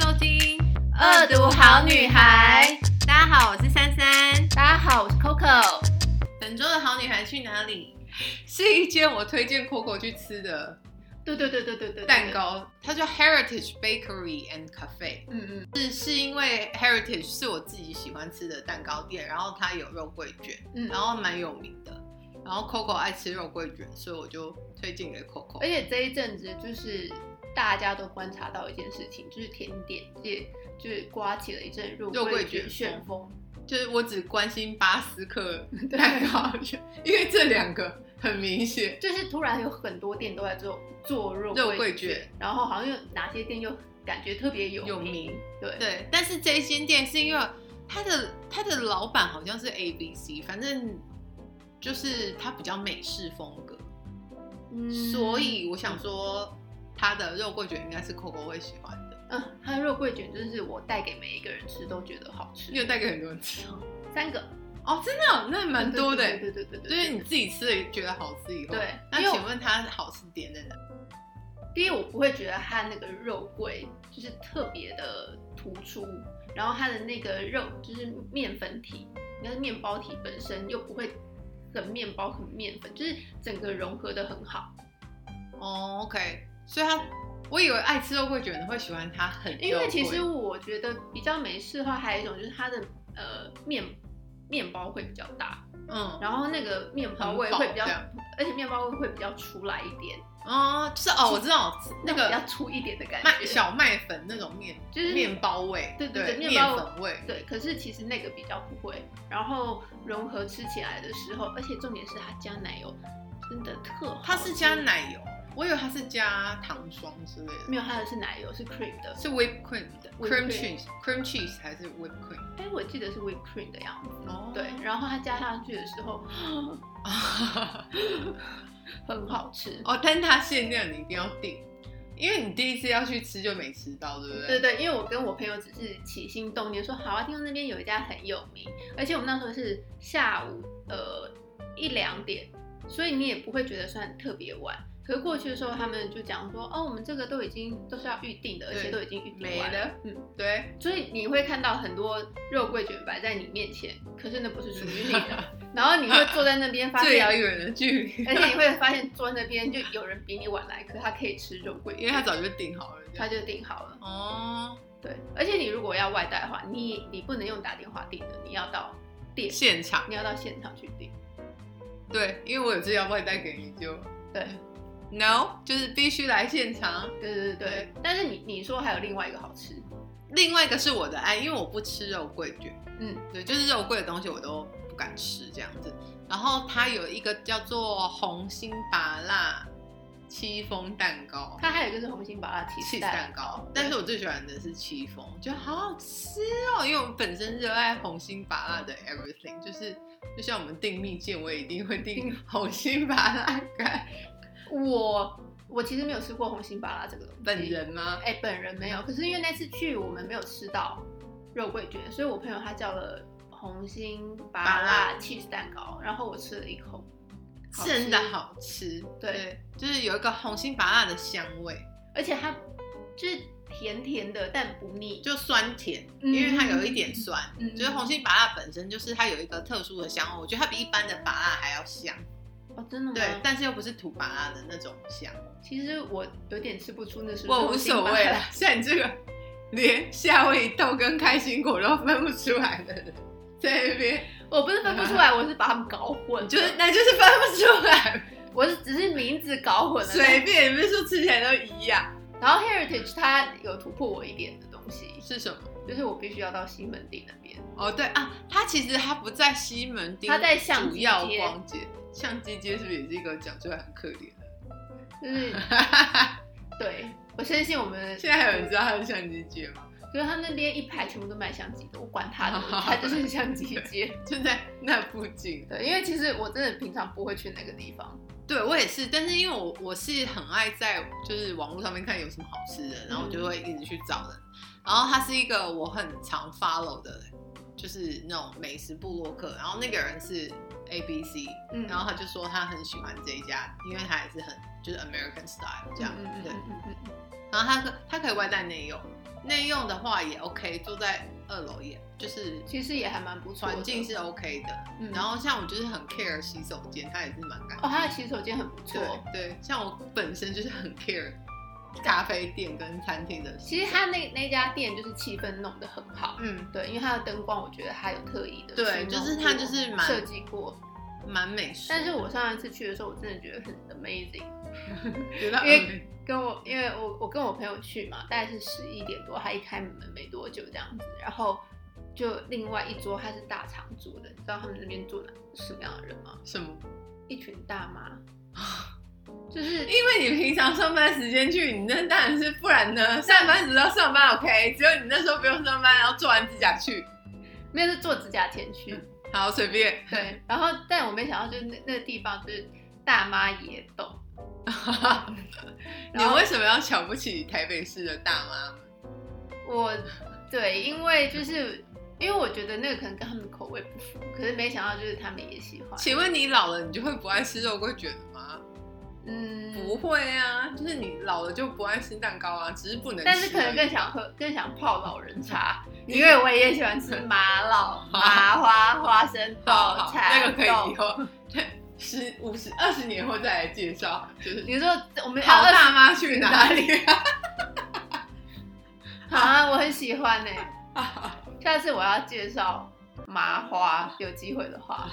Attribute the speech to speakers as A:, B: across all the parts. A: 收听《
B: 恶毒好女孩》。
A: 大家好，我是珊珊。
B: 大家好，我是 Coco。
A: 本周的好女孩去哪里？是一间我推荐 Coco 去吃的
B: 对对对对对对，
A: 蛋。糕，它叫 Heritage Bakery and Cafe。
B: 嗯嗯
A: 是是因为 Heritage 是我自己喜欢吃的蛋糕店，然后它有肉桂卷，
B: 嗯，
A: 然后蛮有名的。然后 Coco 爱吃肉桂卷，所以我就推荐给 Coco。
B: 而且这一阵子就是大家都观察到一件事情，就是甜点界就是刮起了一阵肉
A: 肉桂
B: 桂
A: 卷
B: 卷旋风。
A: 就是我只关心巴斯克蛋糕，因为这两个很明显。
B: 就是突然有很多店都在做做肉
A: 肉桂
B: 桂
A: 卷
B: 卷，然后好像有哪些店又感觉特别有
A: 有
B: 名，
A: 名，
B: 对
A: 对，但是这一间店是因为他的他的老板好像是 A B C，反正就是他比较美式风格，
B: 嗯
A: 所以我想说他的肉桂卷应该是 Coco 会喜欢的，
B: 嗯，它的肉桂卷就是我带给每一个人吃都觉得好吃
A: 你，有带给很多人吃哦，
B: 三个
A: 哦真的哦、那蛮多的耶，
B: 对对对对
A: 就
B: 对
A: 是你自己吃了觉得好吃以后，
B: 对
A: 那
B: 因为我
A: 请问它好吃点在哪？
B: 第一，我不会觉得它那个肉桂就是特别的突出，然后它的那个肉就是面粉体，应该是面包体本身又不会很面包很面粉，就是整个融合的很好。
A: 哦，OK，所以他我以为爱吃肉桂卷的会喜欢它很肉桂，
B: 因为其实我觉得比较美式的话，还有一种就是它的呃面面包会比较大，
A: 嗯。
B: 然后那个面包
A: 很
B: 味
A: 饱
B: 会比较
A: 这样，
B: 而且面包味会比较出来一点，
A: 哦，就是哦，我知道那
B: 种比较
A: 个
B: 粗一点的感
A: 麦
B: 觉。
A: 小麦粉那种面，
B: 就是
A: 面包味，
B: 对
A: 对
B: 对对
A: 面
B: 面包
A: 粉味，
B: 对，可是其实那个比较不会，然后融合吃起来的时候，而且重点是它加奶油，真的特好吃。
A: 它是加奶油，我以为它是加糖霜之类的，
B: 没有，它的是奶油，是 cream 的。
A: 是 whipped cream 的 cream
B: Whipped cream
A: cheese cream cheese 还是 whipped cream？
B: 哎，我记得是 whipped cream 的样子。
A: 哦
B: 对，然后它加上去的时候很好吃。
A: 哦，但是它限量，你一定要订，因为你第一次要去吃就没吃到，对不对？
B: 对对，因为我跟我朋友只是起心动念说，好啊，听说那边有一家很有名，而且我们那时候是下午呃一两点，所以你也不会觉得算特别晚。可是过去的时候，他们就讲说，哦，我们这个都已经都是要预定的，而
A: 对
B: 且都已经预定
A: 没
B: 完
A: 了，
B: 嗯，
A: 对
B: 所以你会看到很多肉桂卷摆在你面前，可是那不是属于你的， 然后你会坐在那边发
A: 最
B: 现
A: 遥，远的距 离，
B: 而且你会发现坐在那边就有人比你晚来，可他可以吃肉桂卷，
A: 因为它早就订好了，这
B: 他
A: 样
B: 就订好了。
A: 哦，
B: 对，而且你如果要外带的话，你你不能用打电话订的，你要到店，
A: 现场
B: 你要到现场去订。
A: 对，因为我有次要外带给你就
B: 对
A: 嗯 no，就是必须来现场。
B: 对对对
A: 对
B: 对。但是你你说还有另外一个好吃，
A: 另外一个是我的爱，因为我不吃肉桂卷，
B: 嗯，
A: 对，就是肉桂的东西我都不敢吃这样子。然后它有一个叫做红心拔辣戚风蛋糕，
B: 它还有一个是红心麻辣起
A: 戚
B: 司
A: 蛋
B: 蛋，
A: 糕，但是我最喜欢的是戚风，觉得好好吃哦，因为我本身热爱红心拔辣的 everything，就是就像我们订蜜饯，我也一定会订红心拔辣干。
B: 我我其实没有吃过红心麻辣这个东西，
A: 本人吗？
B: 哎、本人没有，可是因为那次去我们没有吃到肉桂卷，所以我朋友他叫了红心麻
A: 麻辣
B: 辣 cheese 蛋糕，然后我吃了一口，好吃
A: 真的好吃，
B: 对
A: 就是有一个红心拔辣的香味，
B: 而且它就是甜甜的，但不腻，
A: 就酸甜，
B: 嗯
A: 因为它有一点酸。
B: 嗯
A: 就是红心拔辣本身就是它有一个特殊的香味，我觉得它比一般的拔辣还要香，
B: 哦，真的吗？
A: 对，但是又不是土拔辣的那种香。
B: 其实我有点吃不出那是
A: 我无
B: 肉心
A: 所
B: 麻
A: 谓
B: 辣
A: 了， 像你这个连夏威夷豆跟开心果都分不出来的人，在那边
B: 我不是分不出来，我是把它们搞混，
A: 就是那就是分不出来，
B: 我是只是名字搞混了。
A: 随便你们说吃起来都一样，
B: 然后 Heritage 它有突破我一点的东西，
A: 是什么？
B: 就是我必须要到西门町那边，
A: 哦，对啊，它其实它不在西门町，
B: 它在相
A: 主
B: 机
A: 要
B: 街
A: 光街，相机街是不是也是一个讲出来很可怜 的？
B: 就是对我深信我们
A: 现在还有人知道它是相机街吗？
B: 就是他那边一排全部都卖相机的，我管他的，他就是相机 街。
A: 就在那附近。
B: 对，因为其实我真的平常不会去那个地方。
A: 对我也是，但是因为我我是很爱在就是网络上面看有什么好吃的，然后我就会一直去找人。然后他是一个我很常 follow 的，就是那种美食部落客。然后那个人是 A B C，
B: 嗯
A: 然后他就说他很喜欢这一家，因为他也是很就是 American style 这样。
B: 嗯嗯
A: 对
B: 嗯，嗯嗯嗯
A: 然后他可他可以外带内用，内用的话也 OK，坐在二楼也就是
B: 其实也还蛮不错的。
A: 环境是 OK 的。
B: 嗯
A: 然后像我就是很 care 洗手间，它也是蛮干净的。
B: 哦，它的洗手间很不错。
A: 对对，像我本身就是很 care 咖啡店跟餐厅的。
B: 其实它那那家店就是气氛弄得很好，
A: 嗯，
B: 对，因为它的灯光我觉得它有特意的
A: 对，就是它就是
B: 设
A: 蛮
B: 计过。
A: 蛮美式的，
B: 但是我上一次去的时候，我真的觉得很 amazing。
A: 觉得嗯
B: 因为跟我，因为我我跟我朋友去嘛，大概是十一点多，他一开门没多久这样子，然后就另外一桌他是大长桌的，你知道他们那边坐哪什么样的人吗？
A: 什么？
B: 一群大妈，
A: 啊
B: 就是
A: 因为你平常上班时间去，你那当然是不然呢。上班只要上班 OK，只有你那时候不用上班，然后做完指甲去，
B: 没有是做指甲前去，
A: 好随便。
B: 对，然后但我没想到就是那那个地方就是大妈也懂，
A: 你为什么要瞧不起台北市的大妈们？
B: 我对，因为就是因为我觉得那个可能跟他们口味不符，可是没想到就是他们也喜欢，
A: 请问你老了，你就会不爱吃肉桂卷了吗？
B: 嗯，
A: 不会啊，就是你老了就不爱吃蛋糕啊，只是不能吃而
B: 但
A: 已。
B: 是可能更想喝，更想泡老人 茶，因为我也喜欢吃麻辣、麻花、花生
A: 好
B: 爆
A: 好，
B: 菜
A: 那个可以以
B: 冻。
A: 后十五十二十年后再来介绍，就是
B: 你说我们
A: 好
B: 要
A: 大妈去哪 里？
B: 好啊，我很喜欢呢、下次我要介绍麻花，有机会的话。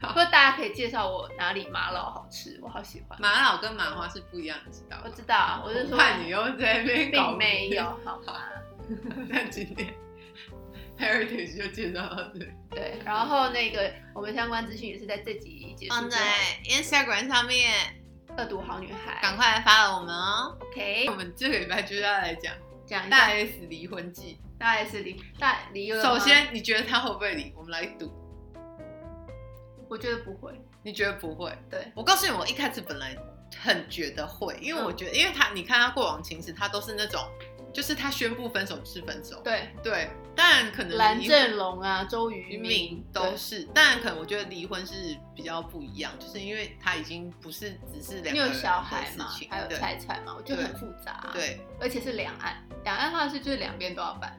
B: 不过大家可以介绍我哪里麻辣好吃，我好喜欢。
A: 玛瑙跟麻花是不一样的，知道
B: 我
A: 吗？
B: 知道啊，我是说
A: 怕你又在那边搞
B: 并没有，。好吗？
A: 那今天 heritage 就介绍到这里。
B: 对，然后那个我们相关资讯也是在这集结束之后，
A: Instagram 上面，
B: 恶毒好女孩
A: 赶快来发了我们哦。
B: ，OK，
A: 我们这个礼拜就是要来讲
B: 讲一
A: 大
B: 下
A: S 离婚记。
B: 大 S 离大离了吗。
A: 首先，你觉得他会不会离？我们来赌。
B: 我觉得不会，
A: 你觉得不会？
B: 对，
A: 我告诉你，我一开始本来很觉得会，因为
B: 嗯
A: 我觉得，因为他，你看他过往情史，他都是那种，就是他宣布分手就是分手，
B: 对，
A: 对，当然可能
B: 蓝
A: 离
B: 正龙啊，周
A: 渔
B: 渝
A: 民
B: 民
A: 都是，当然可能我觉得离婚是比较不一样，就是因为他已经不是只是
B: 对
A: 两
B: 你
A: 个人的
B: 有小孩
A: 事
B: 嘛，
A: 情，
B: 还有
A: 对
B: 财产嘛，我觉得很复杂、啊，，
A: 对，
B: 而且是两岸，两岸的话是就是两边都要办，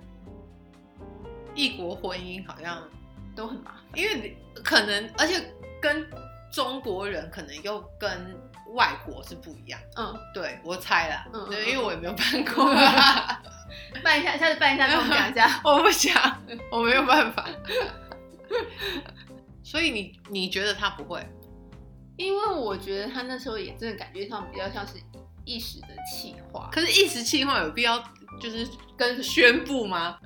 A: 异国婚姻好像，
B: 都很麻烦，
A: 因为可能而且跟中国人可能又跟外国是不一样，
B: 嗯，
A: 对我猜啦，
B: 嗯嗯
A: 对，
B: 嗯
A: 因为我也没有办过、
B: 办一下，下次办一下跟我们讲一 下，
A: 我不想，我没有办法。所以你你觉得他不会？
B: 因为我觉得他那时候也真的感觉上比较像是一时的气话，
A: 可是一时气话有必要就是
B: 跟
A: 宣布吗？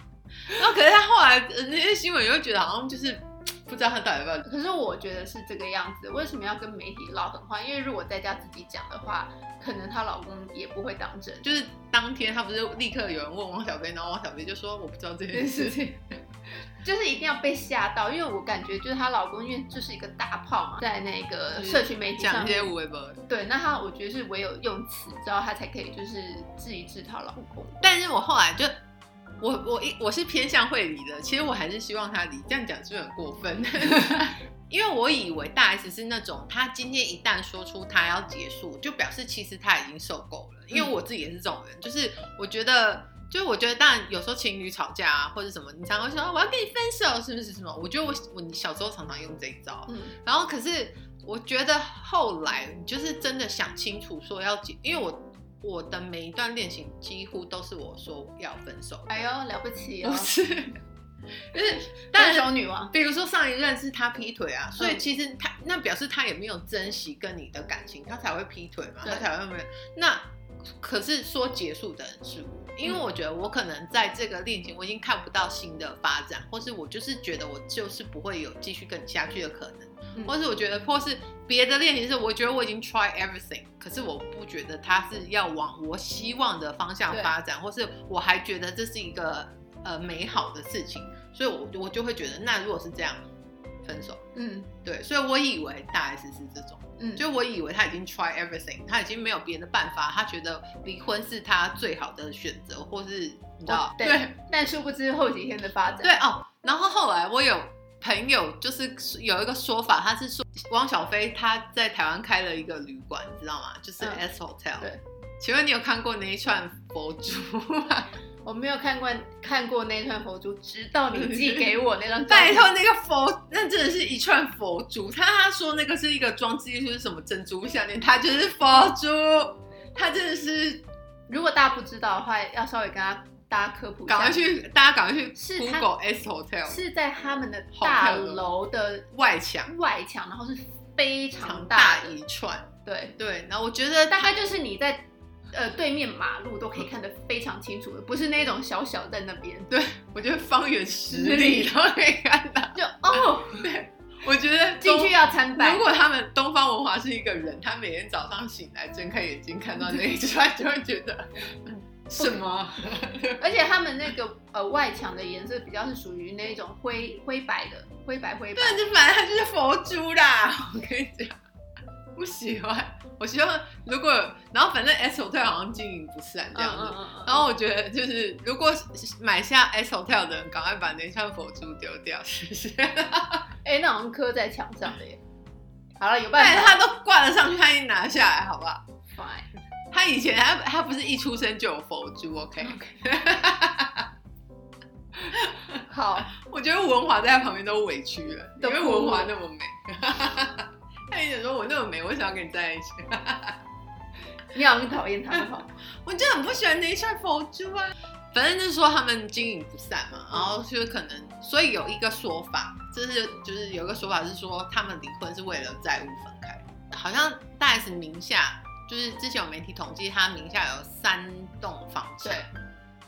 A: 然后可是他后来呃那些新闻，就会觉得好像就是不知道他到底要不要。
B: 可是我觉得是这个样子，为什么要跟媒体唠狠话？因为如果在家自己讲的话，可能她老公也不会当真。
A: 就是当天他不是立刻有人问汪小菲，然后汪小菲就说我不知道这件事情。
B: 就是一定要被吓到，因为我感觉就是她老公，因为就是一个大炮嘛，在那个社群媒体上
A: 讲一些
B: 面，
A: 无为不为。
B: 对，那她我觉得是唯有用词之后，她才可以就是治一治她老公。
A: 但是我后来就。我我一我是偏向会离的，其实我还是希望他离。这样讲是不是很过分？ 因为我以为大 S 是那种，他今天一旦说出他要结束，就表示其实他已经受够了。因为我自己也是这种人，就是我觉得，就是我觉得，当然有时候情侣吵架啊，或者什么，你常常会说啊我要跟你分手，是不是什么？我觉得我我小时候常常用这一招，
B: 嗯，
A: 然后可是我觉得后来你就是真的想清楚说要结，因为我我的每一段恋情几乎都是我说要分手，
B: 哎呦，了不 起哦
A: 不，是，就是但
B: 单
A: 是
B: 手女王。
A: 比如说上一任是他劈腿啊，所以其实他那表示他也没有珍惜跟你的感情，他才会劈腿嘛，
B: 对
A: 他才会没有。那可是说结束的人是我。因为我觉得我可能在这个恋情，我已经看不到新的发展，或是我就是觉得我就是不会有继续跟你下去的可能。
B: 嗯
A: 或是我觉得，或是别的练习是，我觉得我已经 try everything，可是我不觉得它是要往我希望的方向发展，或是我还觉得这是一个呃美好的事情，所以我我就会觉得，那如果是这样，分手。
B: 嗯
A: 对，所以我以为大 S 是这种，
B: 嗯，
A: 就我以为他已经 try everything，他已经没有别的办法，他觉得离婚是他最好的选择，或是你知道
B: 我，哦对但殊不知后几天的发展，
A: 对哦，然后后来我有朋友就是有一个说法，他是说汪小菲他在台湾开了一个旅馆，你知道吗？就是
B: 嗯
A: S Hotel、
B: 对。
A: 请问你有看过那一串佛珠吗？
B: 我没有看过看过那串佛珠，直到 你寄给我那张照
A: 拜
B: 片。
A: 托，那个佛，那真的是一串佛珠。他他说那个是一个装置艺术，是什么珍珠项链，它就是佛珠，它真的是
B: 如果大家不知道的话，要稍微跟他大家科普一下。
A: 赶快去，大家赶快去
B: 是它
A: Google S Hotel
B: 是在他们的
A: 好
B: 大
A: 看哦
B: 楼的
A: 外墙
B: 外墙，然后是非常
A: 长
B: 大
A: 大
B: 的，
A: 一串。
B: 对，
A: 对，然后我觉得
B: 大概就是你在呃对面马路都可以看得非常清楚的，不是那种小小在那边
A: 我觉得方圆十里都可以看 到。
B: 就哦
A: 我觉得
B: 进
A: 东
B: 去要参拜
A: 如。果他们东方文化是一个人，他每天早上醒来睁开眼睛看到那一串，就会觉 得什么？
B: 而且他们那个呃外墙的颜色比较是属于那种灰灰白的，灰白灰白
A: 对，。就反正它就是佛珠啦。我 跟你讲，不喜欢。我希望如果，然后反正 S Hotel 好像经营不善这样子。
B: 嗯
A: 然后我觉得就是，如果买下 S Hotel 的人，赶快把那串佛珠丢掉，是不是？
B: 哎、那好像刻在墙上的耶。好了，有办
A: 但
B: 法。
A: 他都挂了上去，他一定拿下来，好不好？
B: Fine
A: 他以前他他不是一出生就有佛珠，OK？
B: 好，
A: 我觉得文华在他旁边都委屈了，因
B: 都哭
A: 为文华那么美， 他一直说我那么美，为什么要跟你在一起？
B: 你好像讨厌他们哈。
A: 我就很不喜欢那一串佛珠啊。反正就是说他们经营不善嘛，然后就是可能，所以有一个说法，就是就是有一个说法是说他们离婚是为了债务分开，好像大 S 名下就是之前有媒体统计，他名下有三栋房产，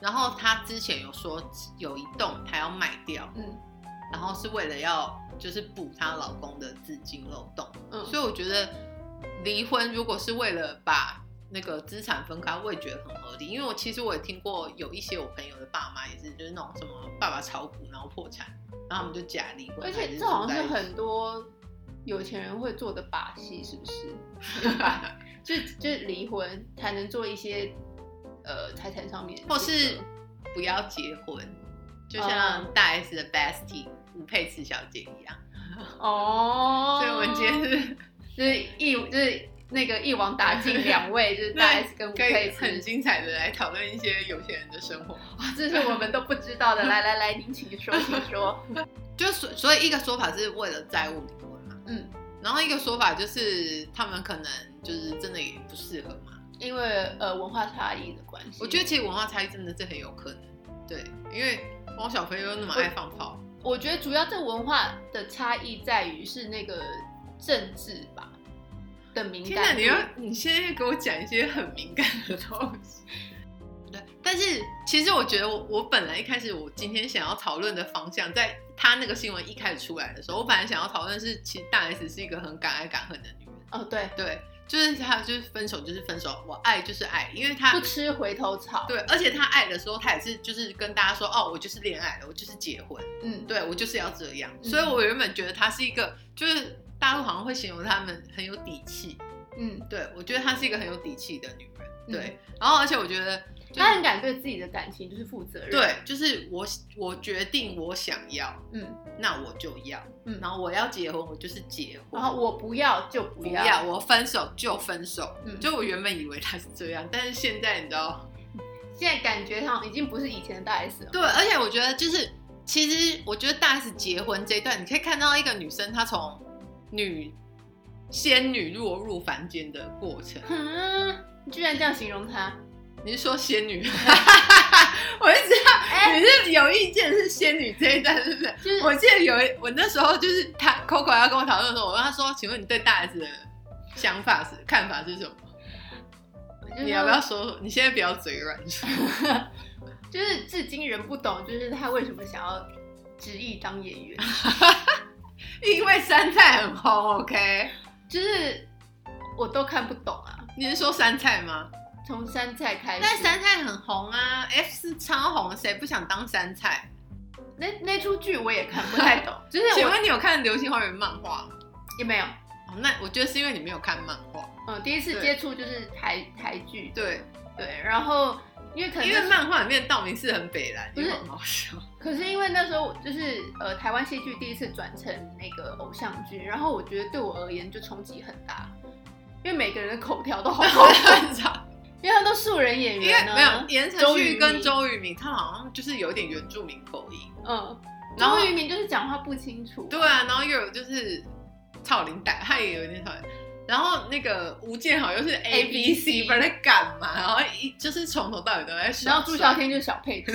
A: 然后他之前有说有一栋他要卖掉，
B: 嗯
A: 然后是为了要就是补她老公的资金漏洞，
B: 嗯，
A: 所以我觉得离婚如果是为了把那个资产分开，我也觉得很合理。因为我其实我也听过有一些我朋友的爸妈也是，就是那种什么爸爸炒股然后破产，然后他们就假离婚，还
B: 而且
A: 是
B: 这好像
A: 住在
B: 是
A: 一起
B: 很多有钱人会做的把戏，是 不是？对吧就就是离婚才能做一些呃财产上面的
A: 或
B: 结
A: 哦是
B: 合
A: 不要结婚，就像
B: 嗯
A: 大 S 的 Bestie 吴佩慈小姐一样。
B: 哦，
A: 所以我们今天 是
B: 就是一就是那个一网打尽两 位，就是大 S 跟吴
A: 可以
B: 佩
A: 很
B: 慈，
A: 精彩的来讨论一些有钱人的生活。
B: 哇，这是我们都不知道的。来来来，您请说，请说。
A: 就所所以一个说法是为了债务离婚嘛，
B: 嗯，
A: 然后一个说法就是他们可能就是真的也不适合嘛。
B: 因为呃文化差异的关系，
A: 我觉得其实文化差异真的是很有可能，对，因为汪小菲又那么爱放炮，
B: 我觉得主要这文化的差异在于是那个政治吧的敏
A: 天哪，
B: 感
A: 嗯你要
B: 度。
A: 你现在给我讲一些很敏感的东西。对，但是其实我觉得我我本来一开始我今天想要讨论的方向，在他那个新闻一开始出来的时候，我本来想要讨论是其实大 S 是一个很敢爱敢恨的女人。
B: 哦，对，
A: 对，就是他就是分手就是分手，我爱就是爱，因为他
B: 不吃回头草。
A: 对，而且他爱的时候，他也是就是跟大家说，哦，我就是恋爱了，我就是结婚，
B: 嗯，
A: 对我就是要这样。
B: 嗯
A: 所以我原本觉得他是一个，就是大陆好像会形容他们很有底气，
B: 嗯，
A: 对我觉得她是一个很有底气的女人，对
B: 嗯。
A: 然后而且我觉得就
B: 他很敢对自己的感情就是负责任。，
A: 对，就是我我决定我想要，
B: 嗯，
A: 那我就要，
B: 嗯
A: 然后我要结婚，我就是结婚，
B: 然后我不要就不
A: 不
B: 要。
A: 要，我分手就分手。
B: 嗯
A: 就我原本以为他是这样，但是现在你知道，
B: 现在感觉上已经不是以前的大 S 了。
A: 对，而且我觉得就是，其实我觉得大 S 结婚这一段，你可以看到一个女生她从女仙女落入凡间的过程。
B: 哼，你居然这样形容他？
A: 你是说仙女？ 我就知道
B: 哎
A: 你是有意见是仙女这一段，是不是？
B: 就是
A: 我记得有一我那时候就是她 Coco 要跟我讨论的时候，我问她说：“请问你对大 S 的想法是看法是什么？
B: 就是
A: 你要不要？说？你现在不要嘴软。”
B: 就是至今人不懂，就是他为什么想要执意当演员，
A: 因为山菜很红，OK？
B: 就是我都看不懂啊。
A: 你是说山菜吗？
B: 从山菜开始，
A: 但山菜很红啊，F 四超红，谁不想当山菜？
B: 那那出剧我也看不太 懂，就是
A: 请
B: 我
A: 问你有看《流星花园》漫画吗？
B: 也没有，
A: 哦，那我觉得是因为你没有看漫画。
B: 嗯，第一次
A: 对
B: 接触就是台台剧，
A: 对，
B: 对，然后因为可能
A: 因为漫画里面道明寺很北蓝，
B: 不
A: 也
B: 是
A: 很好 笑。
B: 可是因为那时候我就是呃台湾戏剧第一次转成那个偶像剧，然后 我觉得对我而言就冲击很大，因为每个人的口条都好
A: 我很常
B: 因为他们都素人演
A: 因为
B: 员啊呢。
A: 没有言承
B: 周渝
A: 旭
B: 民
A: 跟周渝民，他们好像就是有一点原住民口音。
B: 嗯，然
A: 然后
B: 后渔民就是讲话不清楚。
A: 对啊，然后又有就是草林带，他也有一点草林。然后那个吴建豪又是 A B C，不知道在干嘛，然后一就是从头到尾都在耍帅。
B: 然后朱孝天就是小配角，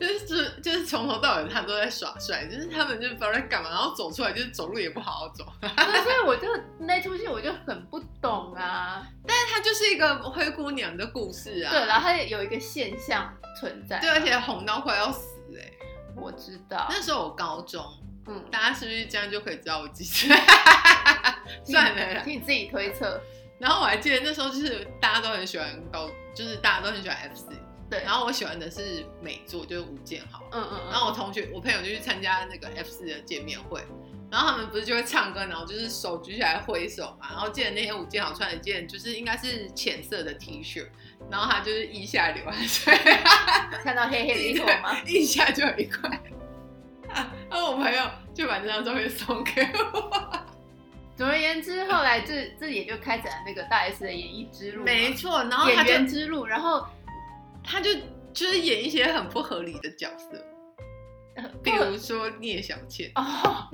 A: 就是就是就是从头到尾他都在耍帅，就是他们就不知道在干嘛，然后走出来就是走路也不好好 走，
B: 对所以我就那出戏我就很不懂 啊。
A: 但是他就是一个灰姑娘的故事啊。
B: 对，然后它也有一个现象存在。啊
A: 对，而且红到快要死哎、
B: 我知道，
A: 那时候我高中，
B: 嗯，
A: 大家是不是这样就可以知道我几岁？ 算了啦
B: 请你自己推测。
A: 然后我还记得那时候就是大家都很喜欢高，就是大家都很喜欢 FC，
B: 对，
A: 然后我喜欢的是美作，就是吴建豪。
B: 嗯嗯嗯，
A: 然后我同学、我朋友就去参加那个 F 四的见面会，然后他们不是就会唱歌，然后就是手举起来挥手嘛。然后记得那天吴建豪穿了一件就是应该是浅色的 T 恤，然后他就是腋下流汗， 所以
B: 嗯看到黑黑的衣服吗？
A: 腋下就有一块。啊然后我朋友就把这张照片送给我。
B: 总而言之，后来这这也就开展了那个大 S 的演艺之路嘛，
A: 没错，然后他
B: 演
A: 就
B: 员之路。然后，
A: 他就就是演一些很不合理的角色，
B: 呃
A: 比如说聂小倩。
B: 哦，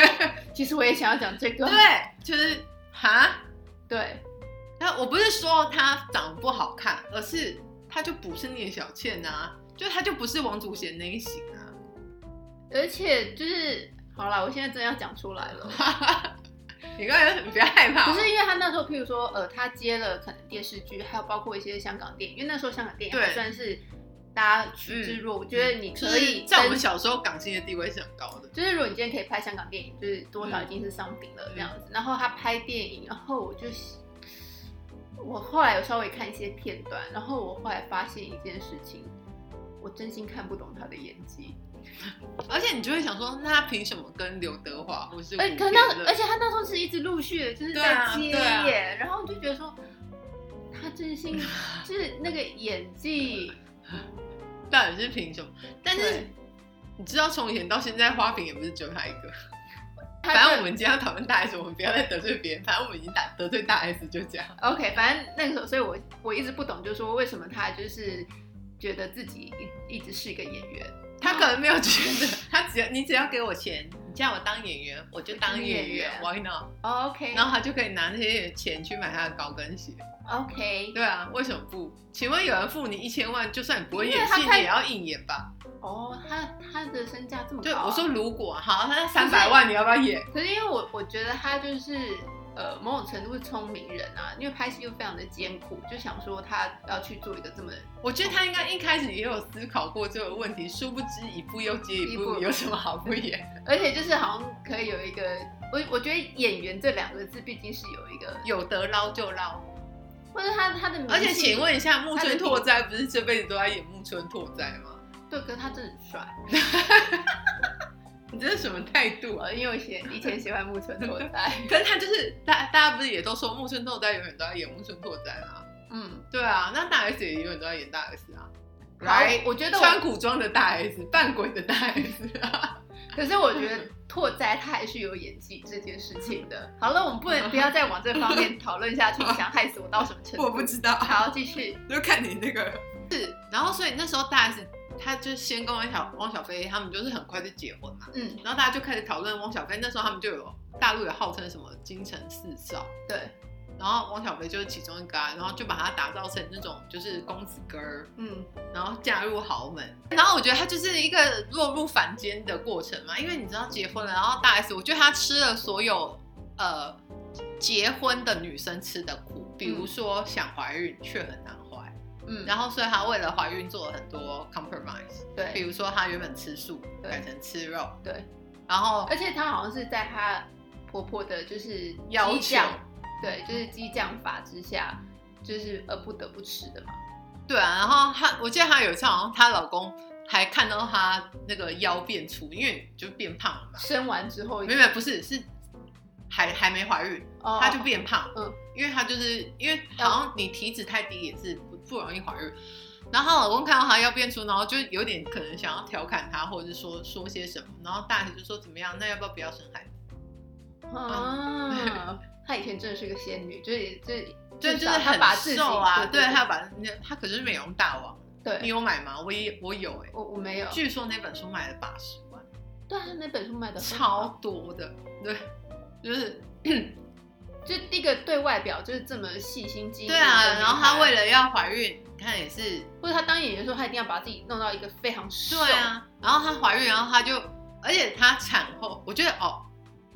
B: 其实我也想要讲这个，
A: 对，就是哈。
B: 对
A: 那我不是说她长得不好看，而是她就不是聂小倩啊，就她就不是王祖贤那一型啊。
B: 而且就是好啦，我现在真的要讲出来了。
A: 你刚才你不要害怕
B: 可
A: 哦，
B: 是因为他那时候，譬如说，呃，他接了可能电视剧，还有包括一些香港电影，因为那时候香港电影
A: 对嗯
B: 还算是大家趋之若鹜。我觉得你
A: 就
B: 可
A: 是
B: 以
A: 嗯在我们
B: 跟
A: 小时候港星的地位是很高的。
B: 就是如果你今天可以拍香港电影，就是多
A: 嗯
B: 少已经是 something 了这样子。然后他拍电影，然后我就我后来有稍微看一些片段，然后我后来发现一件事情，我真心看不懂他的演技。
A: 而且你就会想说，那她凭什么跟刘德华或是吴
B: 而
A: 天
B: 哎可是那
A: 乐？
B: 而且他那时候是一直陆续的就是
A: 对
B: 在
A: 啊
B: 接
A: 对啊
B: 演，然后我就觉得说他真心 就是那个演技，
A: 到底是凭什么？但是
B: 对
A: 你知道，从以前到现在，花瓶也不是只有她一个。
B: 他
A: 反正
B: 真
A: 我们今天要讨论大 S，我们不要再得罪别人。反正我们已经打得罪大 S 就这样。
B: OK，反正那个时候，所以我我一直不懂，就是说为什么他就是觉得自己一一直是一个演员。
A: 他可能没有觉得， 他只要你只要给我钱，你叫我当演员，我就当演员
B: 我
A: ，Why not？
B: 哦 OK，
A: 然后他就可以拿那些钱去买他的高跟鞋。
B: OK，
A: 对啊，为什么不？请问有人付你一千万，就算你不会
B: 因为
A: 演
B: 他
A: 戏，
B: 太
A: 你也要硬演吧？
B: 哦，他他的身价这么高、
A: 对，
B: 啊
A: 我说，如果好，他三百万，你要不要演？
B: 可是因为我我觉得他就是呃某种程度是聪明人啊，因为拍戏又非常的艰苦，就想说他要去做一个这么
A: 我觉得他应该一开始也有思考过这个问题，殊不知一步又接一
B: 一步
A: 步，有什么好不 演？
B: 而且就是好像可以有一个，我我觉得演员这两个字毕竟是有一个，
A: 有得捞就捞。
B: 或者他他的名气，
A: 而且请问一下，木
B: 他的
A: 村
B: 底
A: 拓哉不是这辈子都在演木村拓哉吗？
B: 对，可是他真的很帅，
A: 你这是什么态度啊？
B: 呃因为我以前以前喜欢木村拓 哉，
A: 可是他就是大大家不是也都说木村拓哉永远都在演木村拓哉吗？
B: 嗯，
A: 对啊，那大 S 也永远都在演大 S 啊，
B: 来，我觉得
A: 穿
B: 我，
A: 古装的大 S，扮鬼的大 S 啊，
B: 可是我觉得拓哉他还是有演技这件事 情的。好了，我们不能不要再往这方面讨论下去，你想害死我到什么程度？
A: 我不知道，
B: 好，继续，
A: 就看你那个是。然后所以那时候大 S 她就先跟汪小汪小菲他们就是很快就结婚嘛，
B: 嗯，
A: 然后大家就开始讨论汪小菲，那时候他们就有大陆有号称什么京城四少。
B: 对，
A: 然后汪小菲就是其中一个、啊，然后就把他打造成那种就是公子哥儿，
B: 嗯，
A: 然后嫁入豪门，然后我觉得他就是一个落入凡间的过程嘛，因为你知道结婚了，然后大 S，我觉得他吃了所有呃结婚的女生吃的苦，比如说想怀孕却很难怀，
B: 嗯，
A: 然后所以她为了怀孕做了很多 compromise，比
B: 对，
A: 如说她原本吃素
B: 对
A: 改成吃肉，
B: 对，
A: 然后
B: 而且他好像是在他婆婆的，就是
A: 要
B: 激
A: 求
B: 将，对，就是激将法之下，就是呃不得不吃的嘛。
A: 对啊，然后她我记得她有一次好像她老公还看到她那个腰变粗，因为就变胖了嘛，
B: 生完之后，
A: 没有没有不是是还还没怀孕。
B: 哦
A: 她就变胖，
B: 嗯
A: 嗯，因为她就是因为好像你体脂太低也是不不容易怀孕，然后她老公看到她要变粗，然后就有点可能想要调侃她，或者是说说些什么，然后大姐就说怎么样，那要不要不要生孩子？
B: 啊，她以前真的是个仙女，就是这
A: 对，
B: 至
A: 就
B: 少
A: 是
B: 他把自
A: 很
B: 己
A: 瘦啊，
B: 对
A: 对，
B: 对
A: 他要把那他可是美容大王，你
B: 对，
A: 有买吗？我也我有哎、
B: 我我没有，
A: 据说那本书卖了八十万，
B: 对啊，他那本书卖的
A: 超，多的，对，就是。
B: 就第一个对外表就是这么细心机灵
A: 对
B: 的
A: 啊，
B: 女
A: 然后她
B: 孩
A: 为了要怀孕，你看也是
B: 或者她当演员的时候，她一定要把自己弄到一个非常瘦，
A: 对，啊，然后她怀孕，然后她就，而且她产后，我觉得哦，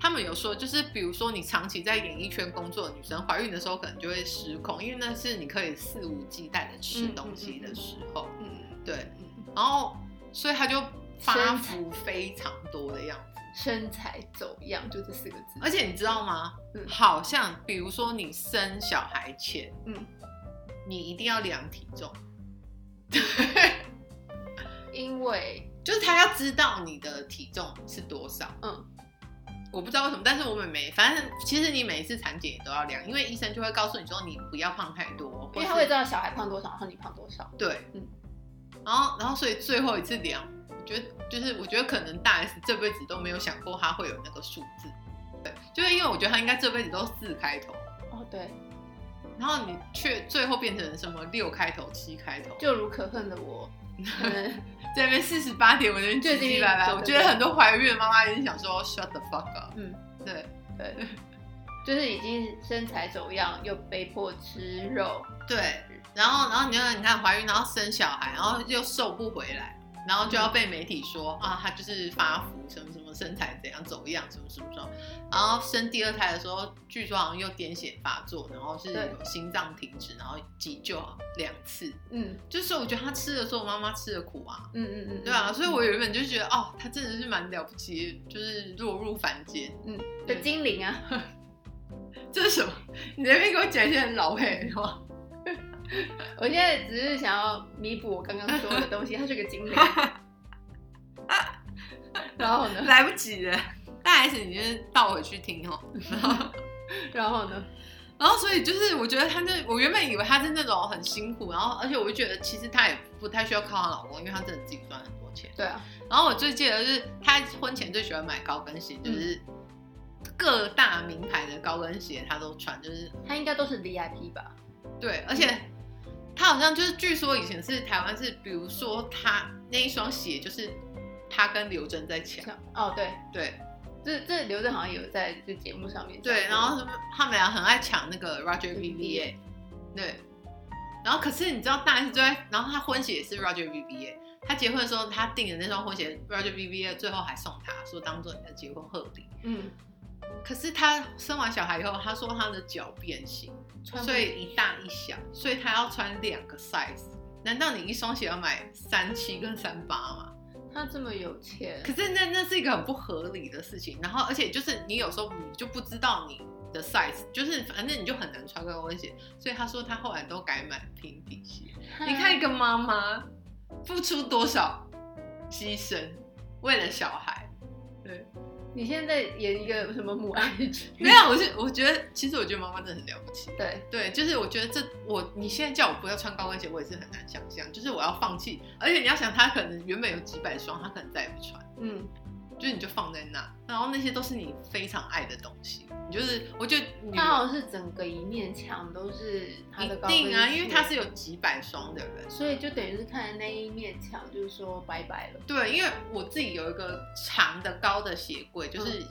A: 他们有说，就是比如说你长期在演艺圈工作的女生，怀孕的时候可能就会失控，因为那是你可以肆无忌惮的吃东西的时候，
B: 嗯，
A: 对，
B: 嗯
A: 然后所以她就发
B: 身材
A: 福非常多的样子，
B: 身材走样就这四个字，
A: 而且你知道吗？
B: 嗯
A: 好像比如说你生小孩前，
B: 嗯，
A: 你一定要量体重。
B: 因为
A: 就是他要知道你的体重是多少。
B: 嗯，
A: 我不知道为什么，但是我妹妹，反正其实你每一次产检也都要量，因为医生就会告诉你说你不要胖太多，
B: 因为
A: 或
B: 她会
A: 是
B: 知道小孩胖多少，然后你胖多少，
A: 对，
B: 嗯
A: 然后然后所以最后一次量，我觉得就是我觉得可能大 S 这辈子都没有想过她会有那个数字，对，就是因为我觉得她应该这辈子都四开头，
B: 哦，对，
A: 然后你却最后变成什么六开头、七开头，
B: 就如可恨的我，嗯可能
A: 在那边四十八点，我那边
B: 对
A: 唧唧歪歪，
B: 对对
A: 我觉得很多怀孕的妈妈一定想说 shut the fuck up，
B: 嗯，
A: 对。
B: 对，就是已经身材走样，又被迫吃肉，
A: 对，然后然后你看，你看怀孕，然后生小孩，然后又瘦不回来，然后就要被媒体说啊，她就是发福，什么什么身材怎样走样，什么什么什么。然后生第二胎的时候，据说好像又癫痫发作，然后是
B: 对
A: 有心脏停止，然后急救两次。
B: 嗯
A: 就是我觉得她吃的时候，妈妈吃的苦啊，
B: 嗯嗯嗯，
A: 对啊，所以我原本就觉得哦，她真的是蛮了不起，就是落入凡间。
B: 嗯的精灵啊，
A: 这是什么？你在那边给我讲一些很老派的话。
B: 我现在只是想要弥补我刚刚说的东西，他是个 精灵。然后呢？
A: 来不及了。大 S，你就是倒回去听哦。
B: 然后呢？
A: 然后，所以就是我觉得她那，我原本以为她是那种很辛苦，然后而且我就觉得其实她也不太需要靠她老公，因为她真的自己赚很多钱。
B: 对啊，
A: 然后我最记得就是她婚前最喜欢买高跟鞋，就是各大名牌的高跟鞋她都穿，就是
B: 他应该都是 VIP 吧？
A: 对，而且她好像就是据说以前是台湾是，比如说她那一双鞋就是她跟刘真在抢，
B: 像哦，对，
A: 对，
B: 这这刘正好像有在这节目上面讲过
A: 对，然后他们他们俩很爱抢那个 Roger VBA，对，然后可是你知道大 S 最爱，然后她婚鞋也是 Roger VBA，她结婚的时候她订的那双婚鞋 Roger VBA 最后还送她，说当做你的结婚贺礼。
B: 嗯，
A: 可是她生完小孩以后，她说她的脚变形，
B: 穿不
A: 所以一大一小，所以她要穿两个 size。难道你一双鞋要买三七跟三八吗？
B: 他这么有钱
A: 可，是那那是一个很不合理的事情，然后而且就是你有时候你就不知道你的 size，就是反正你就很难穿高跟鞋，所以他说他后来都改买平底鞋。
B: 啊
A: 你看一个妈妈付出多少牺牲，为了小孩。对，
B: 你现在演一个什么母爱剧？
A: 没有，我是我觉得，其实我觉得妈妈真的很了不起。
B: 对，
A: 对，就是我觉得这我你现在叫我不要穿高跟鞋，我也是很难想象，就是我要放弃。而且你要想，她可能原本有几百双，她可能再也不穿。
B: 嗯，
A: 就是你就放在那，然后那些都是你非常爱的东西，你就是我觉得你
B: 他好像是整个一面墙都是他的高
A: 一
B: 跟鞋
A: 定啊，因为他是有几百双的人。
B: 所以就等于是看那一面墙，就是说拜拜了。
A: 对，因为我自己有一个长的高的鞋柜，就是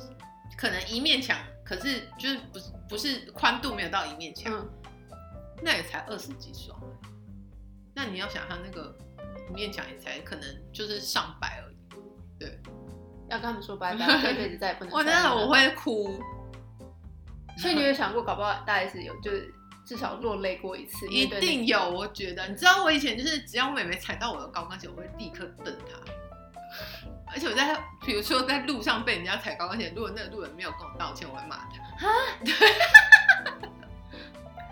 A: 可能一面墙，可是就是不是不是宽度没有到一面墙，
B: 嗯，
A: 那也才二十几双。啊那你要想他那个一面墙也才可能就是上百而已。
B: 要跟他们说 拜拜，这辈子再也不能。
A: 哇，那我。会哭
B: 所以你有想过，搞不好大 S 有就是至少落泪过一次？
A: 一
B: 面对那
A: 定有，我觉得，你知道我以前就是，只要我妹妹踩到我的高跟鞋，我会立刻瞪她。而且我在，比如说在路上被人家踩高跟鞋，如果那个路人没有跟我道歉，我会骂他，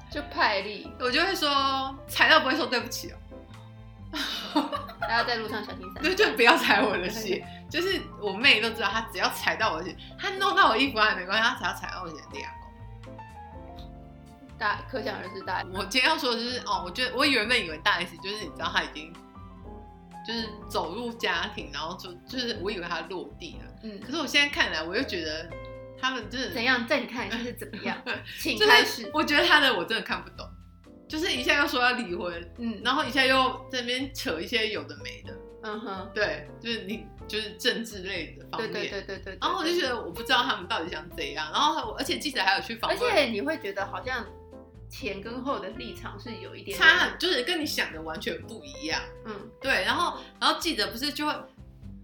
B: 就派力，
A: 我就会说踩到不会说对不起哦，
B: 大家在路 上小心伞。
A: 对，就不要踩我的鞋。 就是我妹都知道，她只要踩到我的鞋，她弄到我衣服还没关系，她只要踩到我的鞋，裂口。
B: 大可想而知，大
A: 我今天要说的就是，哦，我觉得我原本以为大 S 就是你知道她已经就是走入家庭，然后就就是我以为她落地了。
B: 嗯
A: 可，是我现在看来，我又觉得他们真的
B: 怎样？在你看来就是怎么样？请
A: 就
B: 开
A: 是
B: 始。
A: 我觉得他的我真的看不懂，就是一下又说要离婚，
B: 嗯
A: 然后一下又在那边扯一些有的没的，
B: 嗯哼，
A: 对，就是你就是政治类的方
B: 对
A: 面。
B: 对对对对。对
A: 然后我就觉，得我不知道他们到底想怎样，然后我而且记者还有去访
B: 而
A: 问，
B: 且你会觉得好像前跟后的立场是有一点
A: 差很就是跟你想的完全不一样。
B: 嗯，
A: 对，然后然后记者不是就会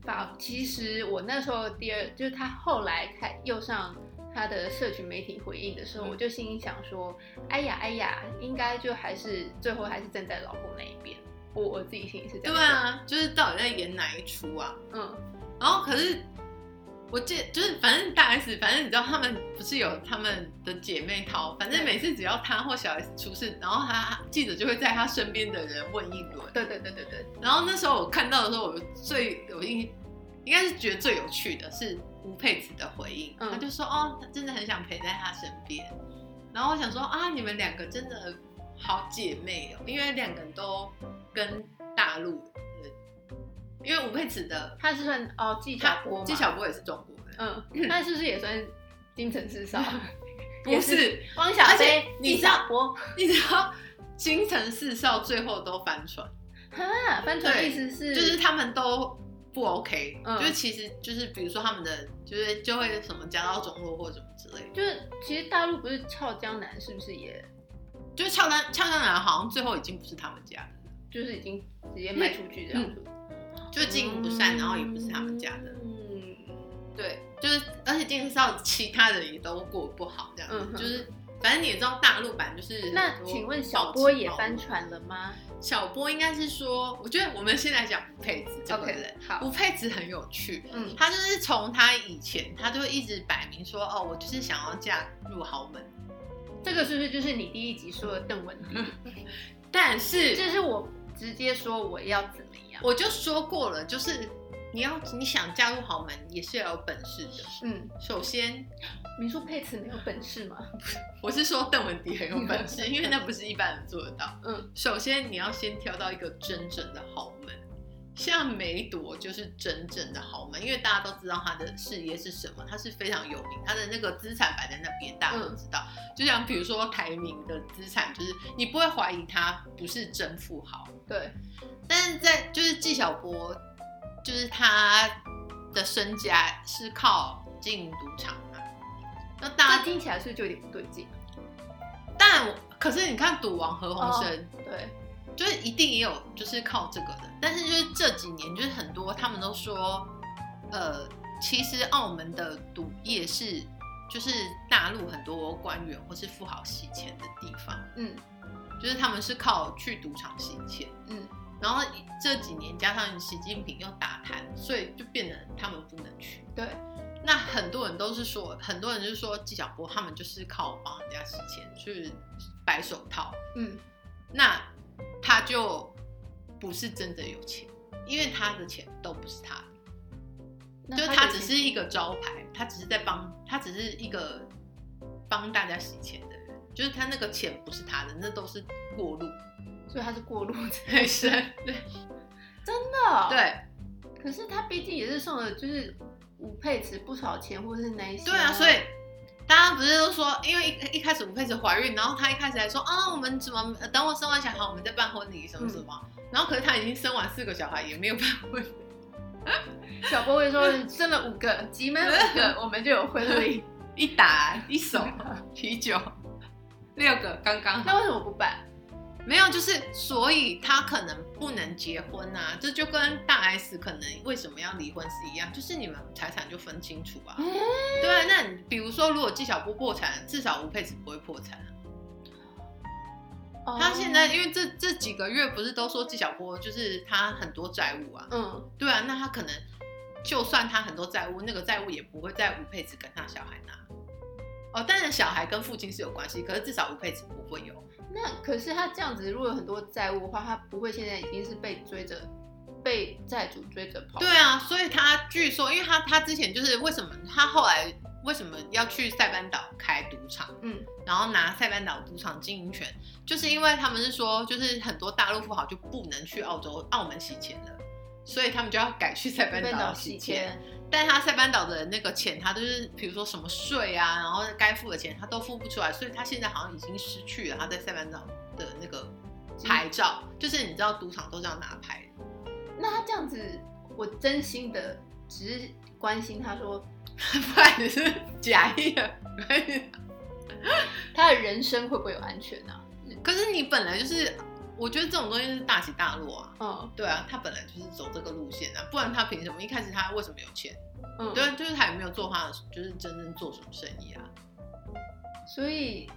B: 把其实我那时候第二就是他后来开又上他的社群媒体回应的时候，
A: 嗯
B: 我就心里想说，哎呀哎呀，应该就还是最后还是站在老公那一边。我我自己心里是
A: 对
B: 这样。，
A: 啊，就是到底在演哪一出啊？
B: 嗯
A: 然后可是我记就是反正大 S，反正你知道他们不是有他们的姐妹淘，反正
B: 对
A: 每次只要她或小 S 出事，然后她记者就会在她身边的人问一轮。
B: 对对对对对，
A: 然后那时候我看到的时候，我最有印，应该是觉得最有趣的是吴佩慈的回应，
B: 嗯
A: 她就说哦，她真的很想陪在她身边。然后我想说啊，你们两个真的好姐妹哦，因为两个人都跟大陆人，因为吴佩慈的
B: 他是算哦纪
A: 她
B: 晓波嘛，
A: 纪晓波也是中国人，
B: 嗯，那是不是也算京城四少？啊
A: 不是？
B: 汪小
A: 而且
B: 菲、
A: 你
B: 纪
A: 知道
B: 晓波，
A: 你知道京城四少最后都翻船，
B: 哈，翻船
A: 对
B: 意思是
A: 就是他们都。不 OK，、
B: 嗯
A: 就是其实就是比如说他们的就是就会什么家道中落或什么之类的。
B: 就是其实大陆不是俏江南是不是也
A: 就是俏丹俏丹男好像最后已经不是他们家的，
B: 就是已经直接
A: 嗯
B: 卖出去这样子，
A: 就经营不善，然后也不是他们家的。
B: 嗯，
A: 对，就是而且金少其他的也都过不好，这样子、
B: 嗯哼
A: 就是。反正你也知道大陆版就是
B: 那
A: 很多
B: 请问
A: 暴
B: 小
A: 击
B: 波也
A: 暴
B: 翻
A: 力？
B: 船了吗
A: 小波应该是说，我觉得我们先来讲吴佩慈这个人。
B: ？OK，好，
A: 吴佩慈很有趣，
B: 嗯
A: 她就是从她以前，她就一直摆明说，哦，我就是想要嫁入豪门，
B: 这个是不是就是你第一集说的 邓文迪？
A: 但是
B: 这是我直接说我要怎么样？
A: 我就说过了，就是你要你想嫁入豪门也是要有本事的。
B: 嗯，
A: 首先，
B: 你说佩慈没有本事吗？
A: 我是说邓文迪很有本事，因为那不是一般人做得到。
B: 嗯，
A: 首先，你要先挑到一个真正的豪门，像梅朵就是真正的豪门，因为大家都知道她的事业是什么，她是非常有名，她的那个资产摆在那边，大家都知道。就像比如说台明的资产，就是你不会怀疑他不是真富豪，
B: 对，
A: 但是在就是纪晓波，就是他的身家是靠经营赌场嘛。那大
B: 这
A: 家
B: 听起来是不是就有点不对劲？
A: 但我可是你看赌王何鸿燊，
B: 对，
A: 就是一定也有就是靠这个的，但是就是这几年就是很多他们都说，呃，其实澳门的赌业是就是大陆很多官员或是富豪洗钱的地方，
B: 嗯
A: 就是他们是靠去赌场洗钱，
B: 嗯，
A: 然后这几年加上习近平又打贪，所以就变得他们不能去。
B: 对，
A: 那很多人都是说，很多人就是说纪晓波他们就是靠帮人家洗钱去白手套，
B: 嗯
A: 那他就不是真的有钱，因为他的钱都不是他的，，
B: 那
A: 就是
B: 他
A: 他
B: 有
A: 只
B: 钱
A: 是一个招牌，他只是在帮，他只是一个帮大家洗钱的人，就是他那个钱不是他的，那都是过路
B: 所以他是过路的，
A: 对是，对对
B: 可是他毕竟也是送了，就是吴佩慈不少钱，或是那一些。
A: 对啊，所以。大家不是都说，因为一一开始吴佩慈怀孕，然后她一开始还说啊，我们怎么呃等我生完小孩，我们再办婚礼什么什么。
B: 嗯
A: 然后可是她已经生完四个小孩，也没有办婚礼。
B: 小波会说生了五个，集满五个，我们就有婚礼。
A: 一打一手啤酒，六个刚刚好
B: 那为什么不办？
A: 没有，就是所以他可能不能结婚啊，这就跟大 S 可能为什么要离婚是一样，就是你们财产就分清楚啊。
B: 嗯
A: 对啊，那你比如说如果纪晓波破产，至少吴佩慈不会破产啊。
B: 哦
A: 他现在因为这这几个月不是都说纪晓波就是他很多债务啊，
B: 嗯，
A: 对啊，那他可能就算他很多债务，那个债务也不会在吴佩慈跟他小孩拿。哦，当然小孩跟父亲是有关系，可是至少吴佩慈不会有。
B: 那可是他这样子，如果有很多债务的话，他不会现在已经是被追着，被债主追着跑。
A: 对，啊，所以他据说，因为他他之前就是为什么他后来为什么要去塞班岛开赌场，
B: 嗯，
A: 然后拿塞班岛赌场经营权，就是因为他们是说，就是很多大陆富豪就不能去澳洲澳门洗钱了，所以他们就要改去塞班
B: 被
A: 岛
B: 老
A: 洗
B: 洗
A: 钱。
B: 钱。
A: 但他塞班岛的那个钱，他就是比如说什么税啊，然后该付的钱他都付不出来，所以他现在好像已经失去了他在塞班岛的那个牌照，就是你知道赌场都是要拿牌 的，
B: 那他这样子，我真心的只是关心他说
A: 不然你是假意的。不然你
B: 他的人生会不会有安全啊？
A: 可是你本来就是，我觉得这种东西就是大起大落啊。
B: 嗯
A: 对啊，他本来就是走这个路线啊，不然他凭什么一开始他为什么有钱？
B: 嗯，
A: 对啊，就是他也没有做他的，就是真正做什么生意啊。
B: 所以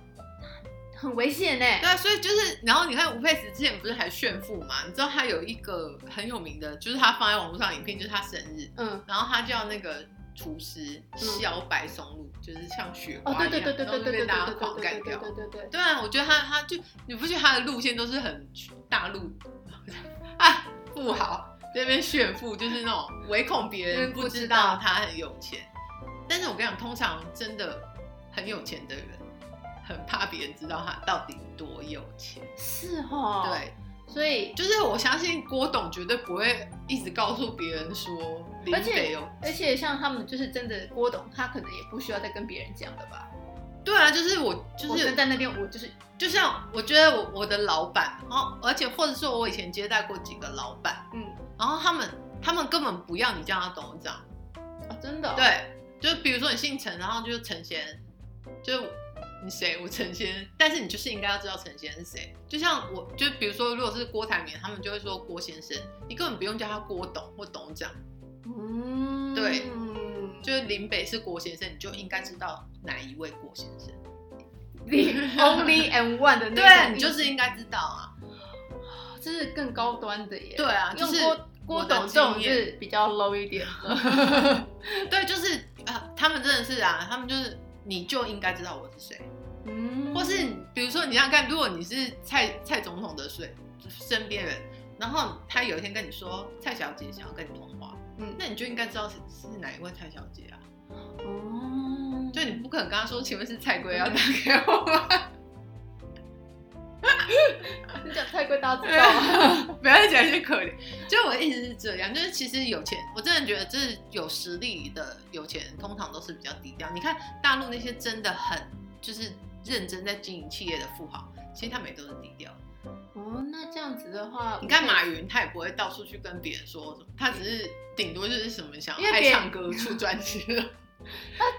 B: 很危险呢、
A: 对啊，所以就是，然后你看吴佩慈之前不是还炫富嘛？你知道他有一个很有名的，就是他放在网络上的影片，就是他生日，
B: 嗯，
A: 然后他叫那个厨师削白松露，就是像雪
B: 哦，
A: 花
B: 对
A: 一样，
B: 对对对
A: 然后就
B: 对对对对
A: 被大家
B: 对
A: 狂
B: 对
A: 干
B: 对
A: 掉。
B: 对对对，
A: 对啊，我觉得他他就你不觉得他的路线都是很大陆啊富豪这边炫富，就是那种唯恐别人
B: 嗯
A: 不
B: 不
A: 知
B: 知
A: 道
B: 道
A: 他很有钱。但是我跟你讲，通常真的很有钱的人，很怕别人知道他到底多有钱。
B: 是哦，，
A: 对，
B: 所以
A: 就是我相信郭董绝对不会一直告诉别人说林
B: 而且
A: 北有。
B: 而且像他们就是真的郭董，他可能也不需要再跟别人讲了吧？
A: 对啊，就是我，就
B: 我
A: 是
B: 真在那边，我就是
A: 就像我觉得我我的老板，然后而且或者说我以前接待过几个老板，
B: 嗯，
A: 然后他们他们根本不要你叫他董事长，
B: 哦真的哦，
A: 对，就比如说你姓陈，然后就是陈先，就你谁我陈先，但是你就是应该要知道陈先是谁。就像我，就比如说如果是郭台铭，他们就会说郭先生，你根本不用叫他郭董或董事长，
B: 嗯，
A: 对就是林北是郭先生，你就应该知道哪一位郭先生，
B: The only and one 的那种意
A: 对啊
B: 思
A: 你就是应该知道啊，
B: 这是更高端的耶。
A: 对啊，就
B: 用
A: 是
B: 郭
A: 我
B: 郭
A: 的
B: 董这种
A: 经验
B: 是比较 low 一点的。
A: 对，就是啊，他们真的是啊，他们就是你就应该知道我是谁。
B: 嗯，
A: 或是比如说你想想看，如果你是蔡蔡总统的水身边人，然后他有一天跟你说蔡小姐想要跟你通话，
B: 嗯
A: 那你就应该知道是是哪一位蔡小姐啊，
B: 哦，
A: 就你不可能跟他说，请问是蔡圭要打给我吗？
B: 你讲太贵，大家知道 吗？
A: 不要讲一些可怜，就我一直是这样，就是其实有钱，我真的觉得就是有实力的有钱人通常都是比较低调。你看大陆那些真的很就是认真在经营企业的富豪，其实他们也都是低调的。
B: 哦，那这样子的话，
A: 你看马
B: 云，
A: 云，他也不会到处去跟别人说什么，他只是顶多就是什么想
B: 因为
A: 爱
B: 别人
A: 唱歌出专辑 了。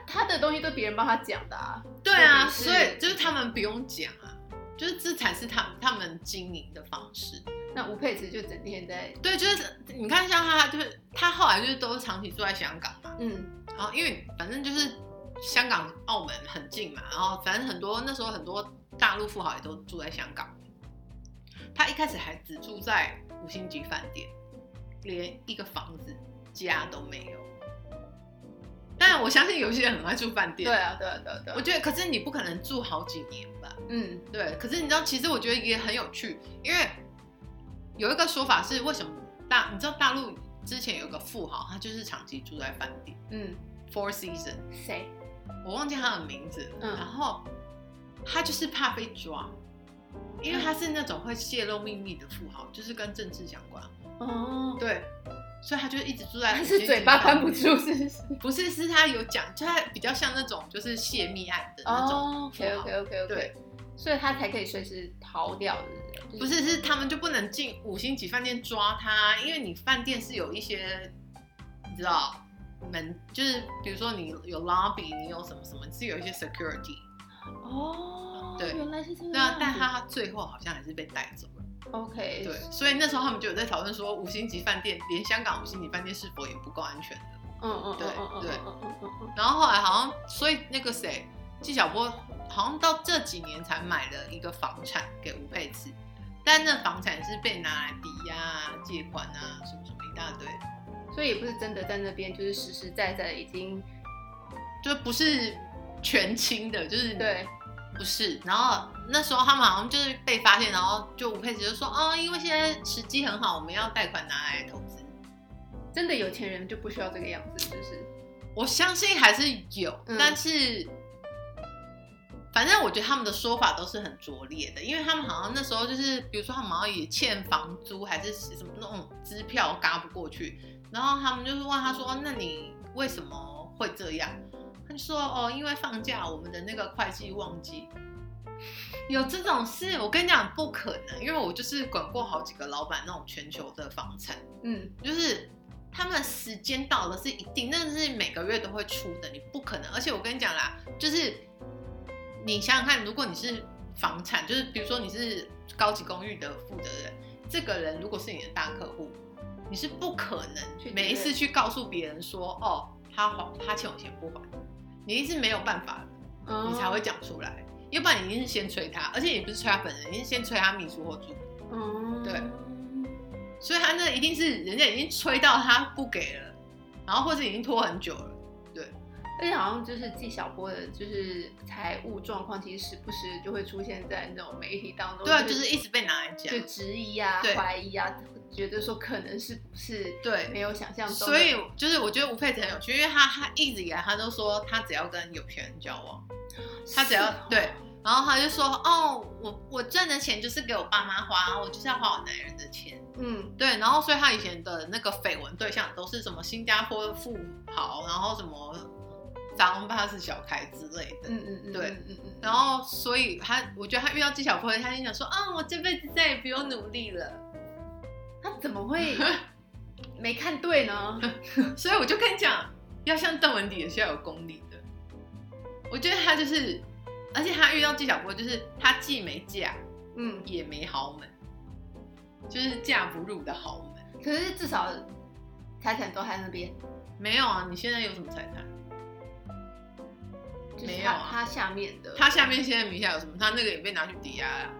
B: 他的东西都别人帮他讲的啊。
A: 对啊，
B: 是
A: 所以就是他们不用讲啊，就是这才是他他们经营的方式。
B: 那吴佩慈就整天在，
A: 对，就是你看像他，就是他后来就是都是长期住在香港嘛，
B: 嗯
A: 然后因为反正就是香港、澳门很近嘛，然后反正很多那时候很多大陆富豪也都住在香港。他一开始还只住在五星级饭店，连一个房子家都没有。但我相信有些人很爱住饭店，
B: 对啊，对啊，对啊，对
A: 我
B: 啊，
A: 觉得，可是你不可能住好几年吧？
B: 嗯
A: 对，可是你知道，其实我觉得也很有趣，因为有一个说法是为什么大，你知道大陆之前有个富豪，他就是长期住在饭店
B: 嗯，
A: ，Four Season，
B: 谁？
A: 我忘记他的名字了，
B: 嗯
A: 然后他就是怕被抓，因为他是那种会泄露秘密的富豪，就是跟政治相关，
B: 哦，
A: 对，所以他就一直住在
B: 他是嘴巴
A: 关
B: 关不，住，是不是？
A: 不是，是他有讲，就他比较像那种就是泄密案的 那种，
B: 哦，OK 嗯 OK OK OK，
A: 对，
B: 所以他才可以随时逃掉，对不对？
A: 不是，是他们就不能进五星级饭店抓他，因为你饭店是有一些，你知道。门就是，比如说你有 lobby，你有什么什么，是有一些 security，
B: 哦，
A: 对
B: 原来是这个样
A: 那
B: 子。
A: 但他最后好像还是被带走了。
B: OK，
A: 对，所以那时候他们就有在讨论说，五星级饭店连香港五星级饭店是否也不够安全的。
B: 嗯嗯，嗯
A: 对
B: 嗯嗯
A: 对
B: 嗯嗯嗯嗯
A: 然后后来好像，所以那个谁，纪晓波好像到这几年才买了一个房产给吴佩慈，但那房产是被拿来抵押、啊、借款啊，什么什么一大堆，
B: 嗯，所以也不是真的在那边，就是实实在在已经
A: 就不是全清的，就是
B: 对，
A: 不是，然后那时候他们好像就是被发现，然后就吴佩慈就说，哦，因为现在时机很好，我们要贷款拿来投资。
B: 真的有钱人就不需要这个样子，就是
A: 我相信还是有，
B: 嗯
A: 但是反正我觉得他们的说法都是很拙劣的，因为他们好像那时候就是，比如说他们好像也欠房租还是什么那种支票嘎不过去，然后他们就是问他说：“哦那你为什么会这样？”他就说：“哦，因为放假我们的那个会计忘记。”有这种事，我跟你讲不可能，因为我就是管过好几个老板那种全球的房产，
B: 嗯，
A: 就是他们时间到了是一定，那是每个月都会出的，你不可能。而且我跟你讲啦，就是你想想看，如果你是房产，就是比如说你是高级公寓的负责人，这个人如果是你的大客户，你是不可
B: 去
A: 能每一次
B: 对
A: 去告诉别人说，哦，他还他欠我钱不还，你一定是没有办法你才会讲出来。要不然你一定是先催他，而且也不是催他本人，你是先催他秘书或助理，
B: 哦，
A: 对
B: 对，
A: 所以他那一定是人家已经催到他不给了，然后或者已经拖很久了。
B: 而且好像就是纪晓波的，就是财务状况，其实时不时就会出现在那种媒体当中，
A: 对啊，就是一直被拿来讲
B: 就。质疑啊、
A: 对
B: 怀疑啊，觉得说可能是不是没
A: 对，
B: 有想象中的，
A: 所以就是我觉得吴佩慈很有趣，因为他他一直以来他都说他只要跟有钱人交往，他只要
B: 是哦
A: 对然后他就说哦，我我赚的钱就是给我爸妈花，我就是要花我男人的钱。
B: 嗯
A: 对，然后所以他以前的那个绯闻对象都是什么新加坡富豪，然后什么张巴士小开之类的。
B: 嗯嗯嗯，
A: 对
B: 嗯嗯嗯，
A: 然后，所以他，我觉得他遇到纪晓波，他就想说，啊，我这辈子再也不用努力了。
B: 他怎么会没看 对呢？
A: 所以我就跟你讲，要像邓文迪也是要有功力的。我觉得他就是，而且他遇到纪晓波，就是他既没嫁
B: 嗯，
A: 也没豪门，就是嫁不入的豪门。
B: 可是至少财产都在那边，
A: 没有啊，你现在有什么财产？
B: 就是
A: 没有
B: 他
A: 啊
B: 他下面的
A: 他下面现在名下有什么？他那个也被拿去抵押了啊、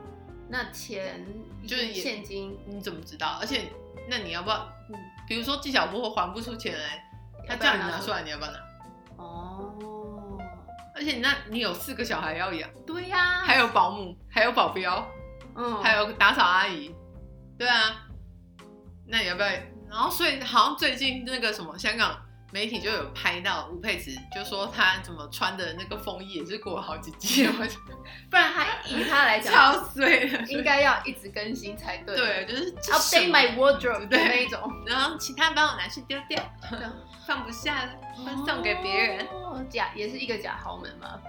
B: 那钱
A: 就是也
B: 现金，
A: 你怎么知道？而且，那你要不要？嗯比如说纪晓波还不出钱来，他叫你拿出来，你要不要拿？
B: 哦，
A: 而且，那你有四个小孩要养，
B: 对呀、
A: 还有保姆，还有保镖，
B: 嗯，
A: 还有打扫阿姨，对啊。那你要不要？然后，所以好像最近那个什么香港媒体就有拍到吴佩慈，就说她怎么穿的那个风衣也是过了好几季，我就
B: 不然他以他来讲，
A: 超碎的。
B: 应该要一直更新才对。
A: 对，就是这是什
B: Update
A: 么
B: my wardrobe 的
A: 对
B: 那 一种，
A: 然后其他帮我拿去丢掉
B: 对啊，
A: 放不下了，送给别人。
B: 哦，假也是一个假豪门嘛。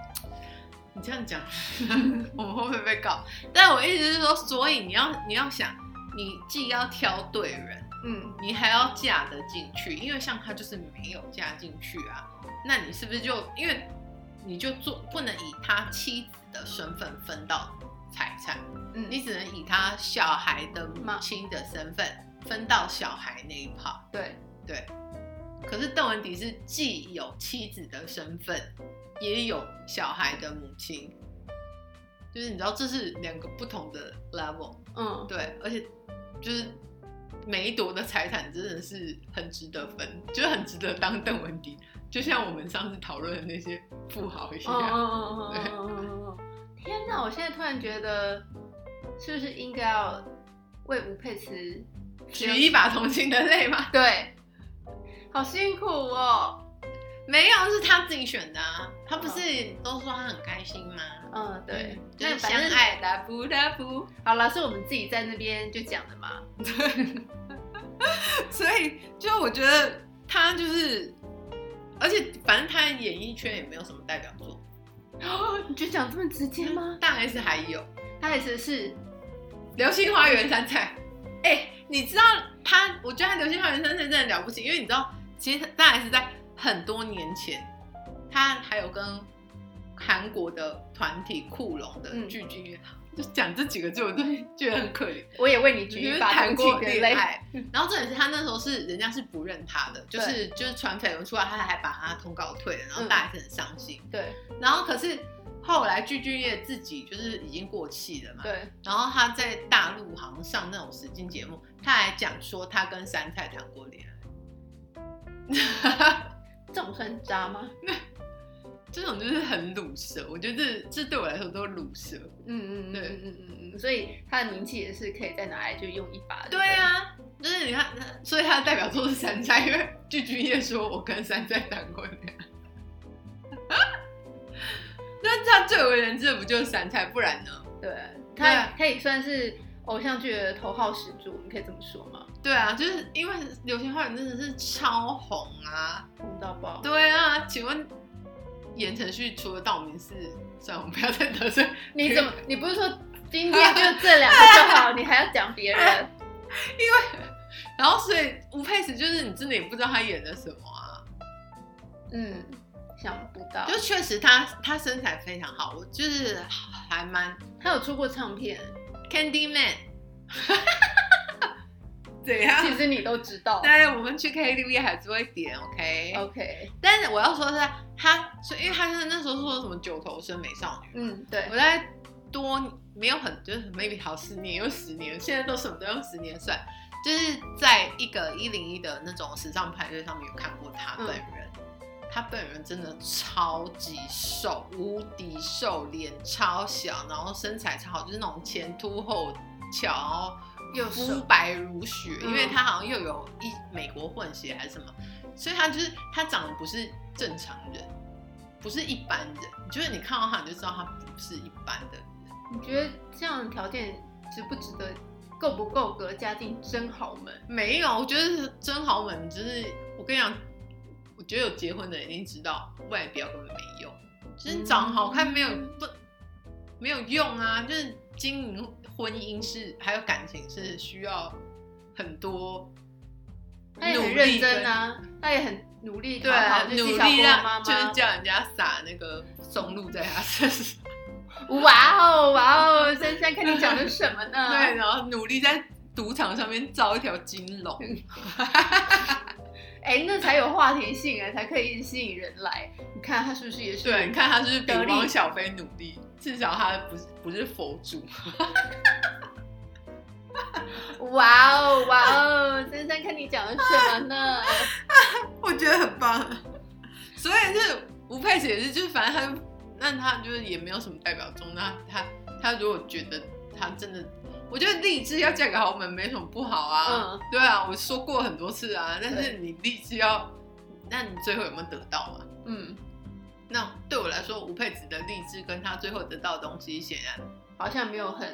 A: 你这样讲， 我们会不会被告？但我意思是说，所以你要你要想，你既要挑对人，
B: 嗯，
A: 你还要嫁得进去，因为像他就是没有嫁进去啊，那你是不是就因为你就做不能以他妻子的身份分到财产，
B: 嗯
A: 你只能以他小孩的母
B: 妈
A: 亲的身份分到小孩那一 part。
B: 对，
A: 对，可是邓文迪是既有妻子的身份，也有小孩的母亲，就是你知道这是两个不同的 level。
B: 嗯，
A: 对，而且就是梅朵的财产真的是很值得分，就是很值得当邓文迪，就像我们上次讨论的那些富豪一
B: 嗯嗯
A: 样。
B: 嗯嗯嗯嗯嗯嗯嗯。天哪！我现在突然觉得，是不是应该要为吴佩慈
A: 举一把同情的泪吗？
B: 对，好辛苦哦。
A: 没有，是他自己选的啊。他不是都说他很开心吗？
B: 嗯，对，
A: 就
B: 那
A: 是
B: 反
A: 相
B: 正
A: 爱拉布拉布。
B: 好了，是我们自己在那边就讲的嘛。
A: 所以就我觉得他就是，而且反正他演艺圈也没有什么代表作，
B: 你就讲这么直接吗？
A: 大 S 还有《
B: 他也是是，
A: 流星花园》三菜，哎、你知道他？我觉得他《流星花园》三菜真的了不起，因为你知道，其实大 S 在很多年前，他还有跟韩国的团体酷龙的
B: 嗯
A: 巨巨、就讲这几个字，我都觉得很可怜。
B: 我也为你
A: 就
B: 举
A: 是
B: 一把
A: 谈
B: 同
A: 过
B: 情的泪
A: 恋。爱，然后重点是他那时候是人家是不认他的，就是就是传绯闻出来，他还把他通告退了，然后
B: 嗯
A: 大 S 很伤心。
B: 对
A: 然后可是后来具俊晔自己就是已经过气了嘛，
B: 对，
A: 然后他在大陆好像上那种实境节目，他还讲说他跟杉菜谈过恋爱，
B: 这种算渣吗？
A: 这种就是很鲁蛇，我觉得这这对我来说都是鲁蛇。
B: 嗯嗯嗯
A: 对
B: 嗯嗯嗯嗯，所以他的名气也是可以再拿来就用一把。
A: 对，啊，就是你看，所以他的代表作是杉菜，因为具 俊晔说我跟杉菜谈过恋爱。那他最为人知的不就是杉菜，不然呢？
B: 对，
A: 对
B: 他
A: 啊
B: 他也算是偶像剧的头号始祖，你可以这么说吗？
A: 对啊，就是因为《流星花园》真的是超红啊。
B: 红到爆。
A: 对啊，请问言承旭除了道明寺，算了，我们不要再得罪，
B: 你怎么？你不是说今 天就这两个就好，你还要讲别人？
A: 然后所以吴佩慈就是你真的也不知道他演的什么啊，
B: 嗯，想不到
A: 就。确实他他身材非常好，我就是还蛮
B: 他有出过唱片，
A: Candy Man，怎样
B: 其？实你都知道。
A: 啊对，我们去 KTV 还是会点 OK，, 哦
B: OK，
A: 但是我要说的是他，所以因为他是那时候说什么九头身美少女，
B: 嗯，对
A: 我，在多没有很就是 maybe 好十年又十年，现在都什么都用十年算，就是在一个一零一的那种时尚派对上面有看过他本人，
B: 嗯
A: 他本人真的超级瘦，无敌瘦，脸超小，然后身材超好，就是那种前凸后翘，然后
B: 又
A: 肤
B: 瘦
A: 白如雪，
B: 嗯
A: 因为他好像又有一美国混血还是什么，所以他就是他长得不是正常人，不是一般人，就是你看到他你就知道他不是一般的人。
B: 你觉得这样的条件值不值得，够不够格加进真豪门？
A: 没有，我觉得真豪门就是我跟你讲，我觉得有结婚的人一定知道外表根本没用，就是你长得好看没有
B: 嗯
A: 不没有用啊，就是经营婚姻是还有感情是需要很多
B: 他也
A: 努
B: 很认
A: 力跟
B: 真啊，他也很努力讨
A: 对
B: 好
A: 啊，
B: 这
A: 努
B: 些小
A: 力
B: 波
A: 让
B: 妈
A: 就是
B: 妈。
A: 叫人家撒那个松露在他身上，
B: 哇哦哇哦，珊珊，看你讲的是什么呢？
A: 对，然后努力在赌场上面造一条金
B: 嗯
A: 龙。
B: 哎、那才有话题性哎，才可以吸引人来。你看他是不是也是？
A: 对，你看他是不是
B: 得
A: 比
B: 力
A: 汪小菲努力，至少他不是不是佛祖。
B: 哇哦哇哦，珊珊，看你讲的什么呢？
A: 我觉得很棒。
B: 啊
A: 所以是吴佩慈也是，就是反正他，那他就是也没有什么代表作。那他他如果觉得他真的，我觉得励志要嫁给豪门没什么不好啊。
B: 嗯
A: 对啊，我说过很多次啊，但
B: 对
A: 是你励志要，那你最后有没有得到嘛？
B: 嗯，
A: 那对我来说，吴佩慈的励志跟他最后得到的东西显然
B: 好像没有很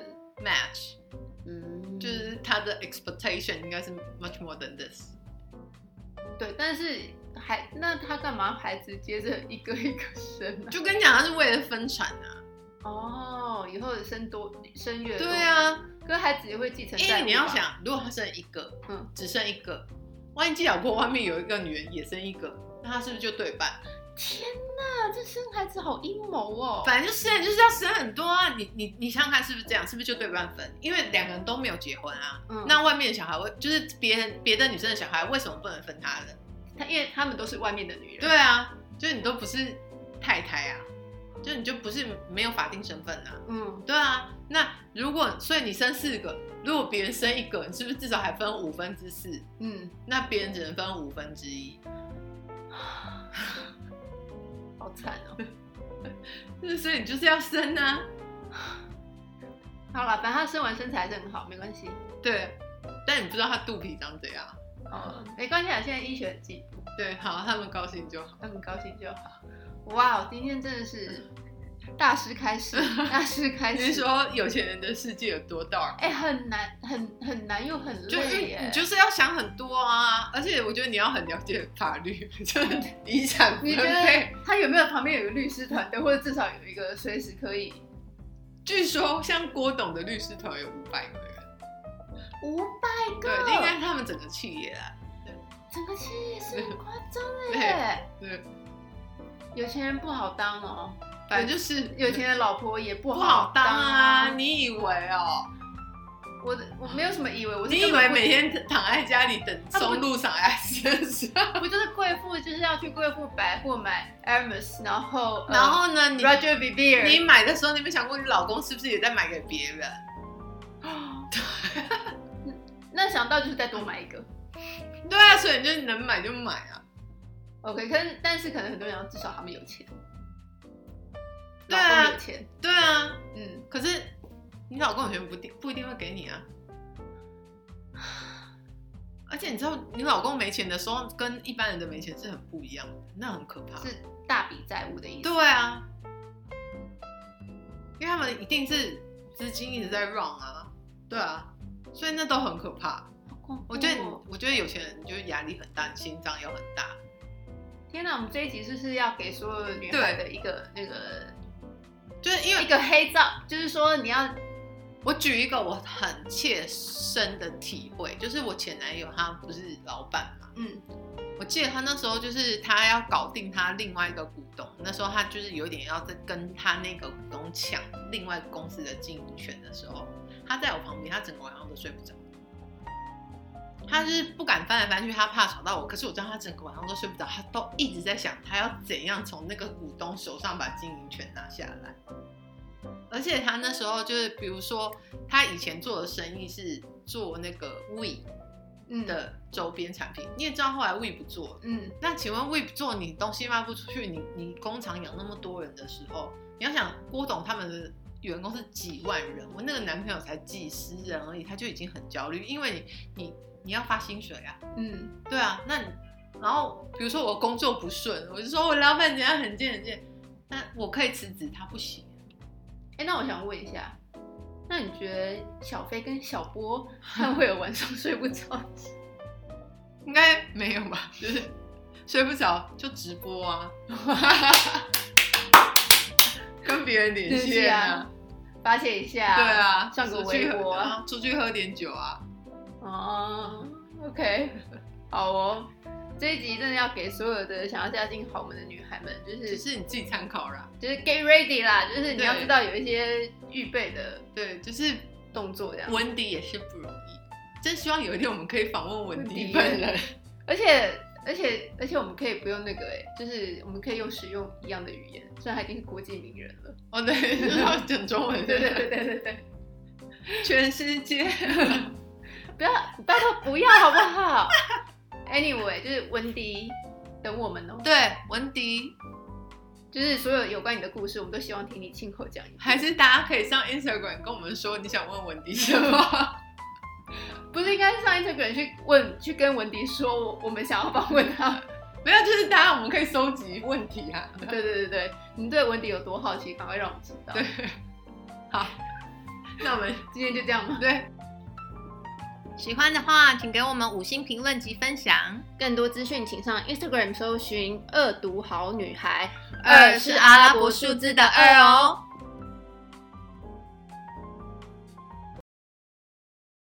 A: match，
B: 嗯，
A: 就是他的 expectation 应该是 much more than this。
B: 对，但是还那他干嘛还直接着一个一个生啊呢、
A: 就跟你讲，他是为了分产啊。
B: 哦，以后生多生越多
A: 对，啊，
B: 可是孩子也会继承
A: 因
B: 债
A: 为
B: 务
A: 你要
B: 吧，
A: 想，如果他生一个，
B: 嗯
A: 只剩一个，万一纪晓波外面有一个女人也生一个，那他是不是就对半？
B: 天哪，这生孩子好阴谋哦。
A: 反正就现在就是要生很多啊！你你你想想看，是不是这样？是不是就对半分？因为两个人都没有结婚啊，
B: 嗯
A: 那外面的小孩会就是别人别的女生的小孩，为什么不能分他的？
B: 他因为他们都是外面的女人，
A: 对啊，就是你都不是太太啊，就你就不是没有法定身份啊。
B: 嗯，
A: 对啊，那如果所以你生四个，如果别人生一个，你是不是至少还分五分之四？
B: 嗯
A: 那别人只能分五分之一，
B: 好惨 哦。
A: 那所以你就是要生啊。
B: 好了，反正他生完身材还是很好，没关系。
A: 对，但你不知道他肚皮长怎样。
B: 哦，没关系啊，现在医学很进步，
A: 对，好，他们高兴就好。
B: 他们高兴就好。哇，哦今天真的是 大师开始，大师开
A: 你
B: 始。
A: 是说有钱人的世界有多大？
B: 哎、很难，很很难又很
A: 就
B: 累
A: 是
B: 耶
A: 你。就是要想很多啊，而且我觉得你要很了解法律， 就是遗产
B: 你
A: 分
B: 觉
A: 配。
B: 得他有没有旁边有个律师团队，或者至少有一个随时可以
A: 据说像郭董的律师团有五百个人，
B: 五百
A: 对
B: 个，，
A: 应该是他们整个企业啊啦。
B: 整个企业是很夸张的
A: 对
B: 耶。
A: 对，
B: 有钱人不好当哦，
A: 反正就是
B: 有钱的老婆也不
A: 不好当
B: 当
A: 啊！。你以为哦？
B: 我的我没有什么以为，我是
A: 你以
B: 根本
A: 为
B: 不
A: 每 天躺在家里等
B: 他不
A: 松露上来身上？
B: 不就是贵妇就是要去贵妇百货买 Hermes，然后 呃
A: 然后呢，你
B: Roger b e b i e r
A: 你买的时候，你有没有想过你老公是不是也在买给别人？
B: 那想到就是再多买一个
A: 对啊，所以你就能买就买啊。
B: ，OK，可是但是可能很多人要至少他们有钱，
A: 对啊
B: 老公有钱，
A: 对啊，
B: 嗯，
A: 可是你老公有钱不定不一定会给你啊。而且你知道，你老公没钱的时候跟一般人的没钱是很不一样的，那很可怕。
B: 是大笔债务的意思。
A: 对啊，因为他们一定是资金一直在 run 啊，对啊，所以那都很可怕。
B: 好恐怖哦
A: 我觉得，我觉得有些人就是压力很大，心脏又很大。
B: 天哪，我们这一集是不是要给所有女孩的一个那个
A: 就是因
B: 一
A: 为
B: 个黑照？就是说你要
A: 我举一个我很切身的体会，就是我前男友他不是老板嘛，
B: 嗯
A: 我记得他那时候就是他要搞定他另外一个股东，那时候他就是有点要在跟他那个股东抢另外一个公司的经营权的时候，他在我旁边，他整个晚上都睡不着。他就是不敢翻来翻去，他怕吵到我。可是我知道他整个晚上都睡不着，他都一直在想他要怎样从那个股东手上把经营权拿下来。而且他那时候就是，比如说他以前做的生意是做那个 We
B: 嗯
A: 的周边产品，你也知道后来 We 不做了。
B: 嗯
A: 那请问 Web 做你东西卖不出去，你你工厂养那么多人的时候，你要想郭董他们的员工是几万人，我那个男朋友才几十人而已，他就已经很焦虑，因为你你你要发薪水啊，
B: 嗯
A: 对啊，那你然后比如说我工作不顺，我就说我哦老板怎样很贱很贱，那我可以辞职，他不行。
B: 哎、那我想问一下，那你觉得小飞跟小波他们会有晚上睡不着的事？
A: 应该没有吧？就是睡不着就直播啊，跟别人连
B: 是
A: 线啊。
B: 啊，发泄一 下，
A: 对啊，
B: 上个
A: 出去
B: 微博
A: 喝啊，出去喝点酒啊。
B: 哦，OK，好哦，这一集真的要给所有的想要嫁进豪门的女孩们，就
A: 只
B: 是
A: 是你自己参考啦。
B: 就是 get ready 啦，就是你
A: 对
B: 要知道有一些预备的
A: 对，就是
B: 动作这样。
A: 文迪也是不容易，真希望有一天我们可以访问文迪
B: 文迪
A: 本人。
B: 而且而且而且我们可以不用那个哎、就是我们可以用使用一样的语言，虽然他已经是国际名人了。
A: 哦，对，就是要讲中文，
B: 对对对对对对，
A: 对，全世界。
B: 不要，拜托不要好不好？Anyway，就是温迪等我们哦、
A: 对，文迪
B: 就是所有有关你的故事，我们都希望听你亲口讲一遍。
A: 还是大家可以上 Instagram 跟我们说你想问文迪什么。
B: 不是应该上一个人去问，去跟文迪说我我们想要访问他？
A: 没有，就是大家我们可以收集问题啊。
B: 对对对对，你对文迪有多好奇，赶快让我们知道。
A: 对，好，那我们
B: 今天就这样吧。
A: 对。喜欢的话，请给我们五星评论及分享。
B: 更多资讯请上 Instagram 搜寻“恶毒好女孩”，
A: 二是阿拉伯数字的二哦。